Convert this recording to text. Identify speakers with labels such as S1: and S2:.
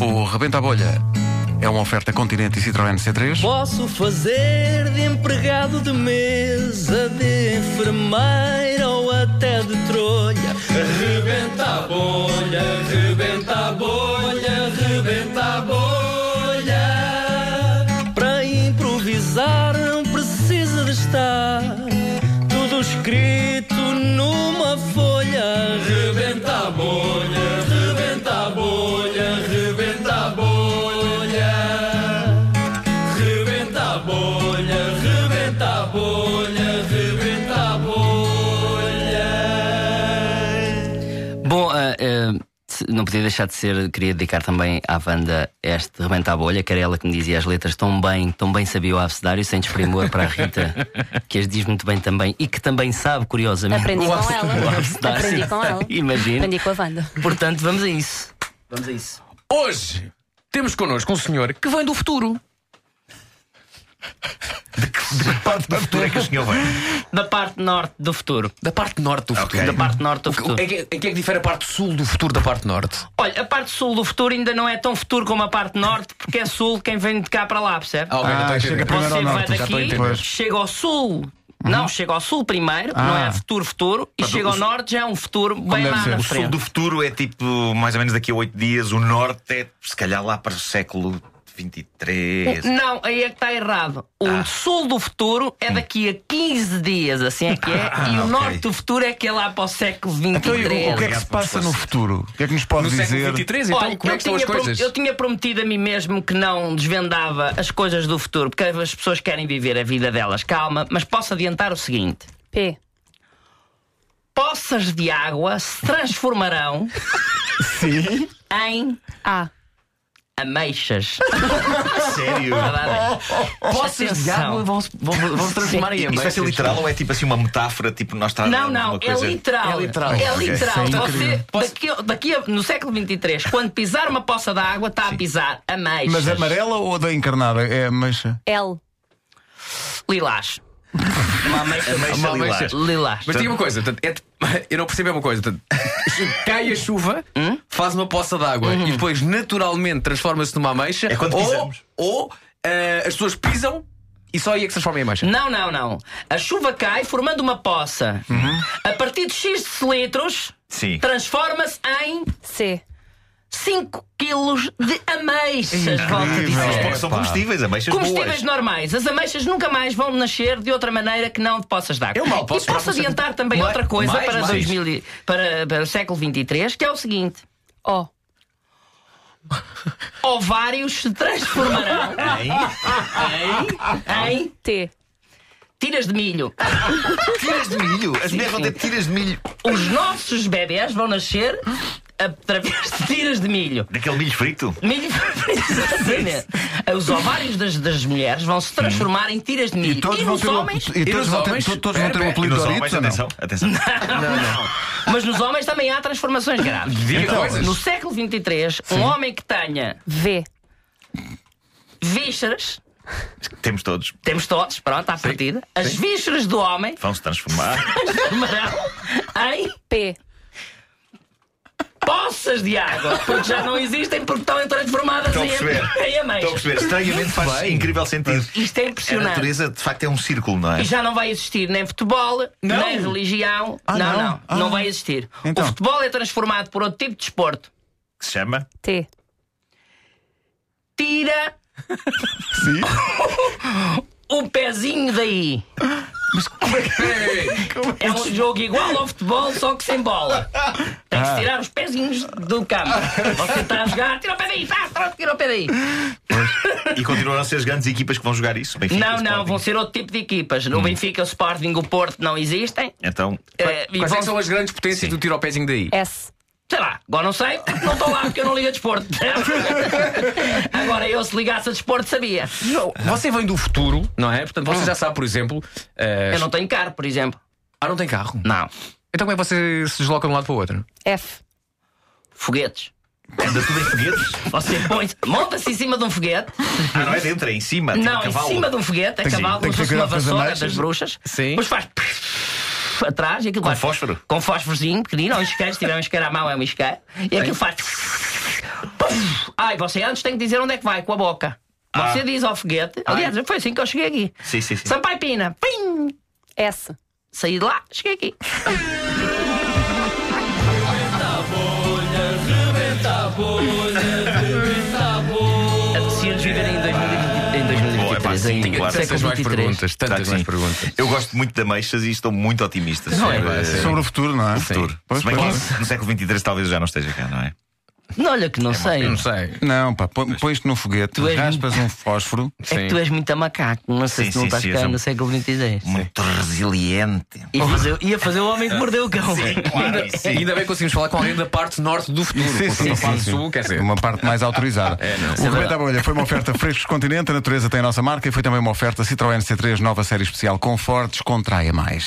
S1: O Rebenta a Bolha é uma oferta Continente e Citroën C3.
S2: Posso fazer de empregado de mesa, de enfermeira ou até de trolha.
S3: Rebenta a bolha, rebenta a bolha, rebenta a bolha.
S2: Para improvisar não precisa de estar tudo escrito numa folha.
S3: Rebenta a bolha, rebenta a bolha, rebenta a bolha. Rebenta a bolha, rebenta a bolha, rebenta a bolha.
S4: Bom, ah, ah, se- não podia deixar de ser, queria dedicar também à Wanda este Rebenta a Bolha, que era ela que me dizia as letras tão bem, tão bem sabia o abecedário, sem desprimor para a Rita, que as diz muito bem também e que também sabe, curiosamente.
S5: Aprendi
S4: o
S5: com
S4: abce-
S5: ela.
S4: o abecedário.
S5: Aprendi com ela.
S4: Imagino.
S5: Aprendi com a Wanda.
S4: Portanto, vamos a isso. Vamos a isso.
S6: Hoje temos connosco um senhor que vem do futuro.
S7: parte da futura que o senhor vem.
S4: Da parte norte do futuro.
S6: Da parte norte do futuro.
S7: Ok.
S4: Da parte norte do futuro.
S6: Em que, em que é que difere a parte sul do futuro da parte norte?
S4: Olha, a parte sul do futuro ainda não é tão futuro como a parte norte, porque é sul quem vem de cá para lá, percebe?
S6: Ah, ok, então não estou a entender.
S7: Ah, chega primeiro
S4: Você
S7: ao
S4: vai
S7: norte, já estou a
S4: daqui,
S7: entender.
S4: chega ao sul. Não, chega ao sul primeiro, não é futuro, futuro, e chega ao norte, já é um futuro bem lá na
S7: O sul
S4: frente.
S7: do futuro é tipo mais ou menos daqui a oito dias, o norte é se calhar lá para o século 23.
S4: Não, aí é que está errado. O sul do futuro é daqui a 15 dias, assim é que é, e o
S7: ok.
S4: norte do futuro é que é lá para o século
S1: Então, e o, o que é que
S4: XXIII.
S1: se
S7: Obrigado,
S1: passa
S7: por
S1: no
S7: força.
S1: futuro? O que é que nos pode
S6: No século
S1: dizer?
S6: 23, então,
S4: Olha,
S6: como é que
S4: eu
S6: estão as
S4: tinha pro-
S6: coisas?
S4: Eu tinha prometido a mim mesmo que não desvendava as coisas do futuro, porque as pessoas querem viver a vida delas calma, mas posso adiantar o seguinte:
S5: P.
S4: poças de água se transformarão em
S5: A.
S4: ameixas.
S7: Sério?
S4: Poças de água
S6: vão, vão, vão transformar em
S7: Isto vai ser literal ou é tipo assim uma metáfora? Tipo, nós estamos
S4: Não, não, é literal.
S6: É literal.
S4: É
S7: Ok.
S4: literal.
S6: Sim.
S4: Você, daqui, a- daqui a- no século 23, quando pisar uma poça de água, está a pisar
S6: é-
S4: ameixas.
S1: Mas é amarela ou da encarnada? É a mancha.
S5: L.
S4: Lilás. Uma ameixa.
S7: Ameixa lilás.
S4: Lilás.
S6: Mas diga uma coisa, portanto, é de- eu não percebo é uma coisa. portanto, cai a chuva, faz uma poça d'água e depois naturalmente transforma-se numa ameixa.
S7: É quando
S6: ou
S7: pisamos.
S6: ou eh, as pessoas pisam e só aí é que se transforma em ameixa.
S4: Não, não, não. A chuva cai formando uma poça.
S6: Uhum.
S4: A partir de X litros,
S7: Sim.
S4: transforma-se em
S5: C.
S4: 5 quilos de ameixas. Volto a dizer.
S7: Porque são combustíveis, ameixas
S4: Comestíveis
S7: boas.
S4: normais. As ameixas nunca mais vão nascer de outra maneira que não de poças d'água.
S6: Eu mal
S4: e
S6: posso
S4: posso
S6: falar com
S4: adiantar também
S6: Mais-
S4: outra coisa
S6: mais,
S4: para,
S6: mais.
S4: 2000 e- para, para o século XXIII, que é o seguinte:
S5: O.
S4: ovários se transformarão em, em
S5: T.
S4: tiras de milho.
S7: Tiras de milho. As mulheres vão ter tiras de milho.
S4: Os nossos bebés vão nascer através de tiras de milho.
S7: Daquele milho frito.
S4: Milho, exatamente. Os ovários das, das mulheres vão se transformar em tiras de milho. E, nos
S1: ter um-
S4: homens.
S1: e todos
S6: nos
S1: vão ter,
S6: homens?
S1: to- todos vão ter um
S6: Espera,
S7: E
S1: apelido
S7: nos
S1: de
S7: homens,
S1: Doritos, ou não?
S7: atenção, atenção.
S4: Mas nos homens também há transformações graves.
S6: Diga coisas.
S4: No século 23, um homem que tenha
S5: V.
S4: vísceras,
S7: Temos todos.
S4: temos todos, pronto, à partida, as vísceras do homem
S7: Vão se transformar.
S4: transformarão em
S5: P.
S4: poças de água, porque já não existem porque estão transformadas
S7: Estão a
S4: em,
S7: perceber?
S4: em
S7: Estão a
S4: ameixas.
S7: perceber? Estranhamente faz incrível sentido.
S4: Isto é
S7: A
S4: impressionante.
S7: natureza, de facto, é um círculo, não é?
S4: E já não vai existir nem futebol,
S6: Não.
S4: nem religião.
S1: Ah,
S4: não,
S1: não.
S4: não.
S1: Ah.
S4: não vai existir.
S1: Então.
S4: O futebol é transformado por outro tipo de desporto.
S7: Que se chama?
S5: T.
S4: Tira o pezinho daí. É um jogo igual ao futebol, só que sem bola. Tem que tirar os pezinhos do campo. Você está a jogar, tira o pé daí, tá, tá, tira o pé daí.
S7: E continuarão a ser as grandes equipas que vão jogar isso? Benfica,
S4: Não, não,
S7: Sporting.
S4: vão ser outro tipo de equipas. No Benfica, o Sporting, o Porto não existem.
S7: Então,
S4: Eh, e
S6: Quais é
S4: vão-
S6: que são as grandes potências do tiro ao pezinho daí?
S5: S.
S4: Sei lá, agora não sei, porque não estou lá porque eu não ligo a desporto. Agora eu, se ligasse a desporto, sabia.
S6: Não, Você vem do futuro, não é? Portanto, você já sabe, por exemplo. eh,
S4: Eu não tenho carro, por exemplo.
S6: Ah, não tem carro.
S4: Não.
S6: Então como é que você se desloca de um lado para o outro?
S5: F.
S4: Foguetes.
S7: anda tudo em foguetes?
S4: Você põe, monta-se em cima de um foguete.
S7: Ah, não é dentro, é em cima. tipo
S4: Não, em
S7: cavalo.
S4: cima de um foguete, a
S1: que-
S4: cavalo,
S1: tem que
S4: como se fosse
S1: ter
S4: uma
S1: cuidado com as
S4: vassoura
S1: ameixas.
S4: das bruxas.
S6: Sim.
S4: Depois faz atrás e aquilo
S7: Com
S4: faz.
S7: fósforo?
S4: é Com fósforozinho, pequenino, ou um isqueiro. Se tiver um isqueiro à mão, é um isqueiro. E aquilo faz. Ai, você antes tem que dizer onde é que vai com a boca. Você diz ao foguete. Aliás, foi assim que eu cheguei aqui.
S7: Ah. Sim, sim, sim.
S4: Sampaio Pina. Pim!
S5: S.
S4: Saí de lá, cheguei aqui. Se eles viverem em 2020 em
S7: Boa, é pá,
S4: 2023,
S7: sim,
S4: em
S7: claro.
S6: Tantas
S4: século
S6: mais
S4: 23.
S6: perguntas, tantas mais
S7: Claro que Tá, sim.
S6: perguntas.
S7: Eu gosto muito da Meixas e estou muito otimista sobre,
S6: pá, sim.
S7: sobre
S1: Sobre o futuro, não é?
S6: um
S1: O
S7: o futuro.
S1: Pois,
S7: Se bem que
S1: pois.
S7: no século XXIII talvez eu já não esteja cá, não é?
S4: Não, olha que não sei.
S6: Eu não sei.
S1: Não, pá, põe põe isto num foguete,
S4: Tu és
S1: raspas um fósforo.
S4: É que tu és muito a macaco. Não sei
S7: Sim,
S4: se não
S7: sim,
S4: estás
S7: sim, um
S4: cá
S7: eu
S4: no
S7: sou-
S4: século 26.
S7: Muito resiliente.
S4: Ia fazer, ia fazer o homem que mordeu o cão.
S7: Claro, e
S6: E
S7: sim.
S6: ainda bem que conseguimos falar com alguém da parte norte do futuro.
S1: Sim,
S6: porque
S1: sim,
S6: a
S1: sim,
S6: parte
S1: sim.
S6: sul, quer dizer.
S1: Uma parte mais autorizada. o Rebenta a
S4: verdade.
S1: Bolha foi uma oferta Frescos Continente, a natureza tem a nossa marca e foi também uma oferta Citroën C3, nova série especial Confortes, contraia mais.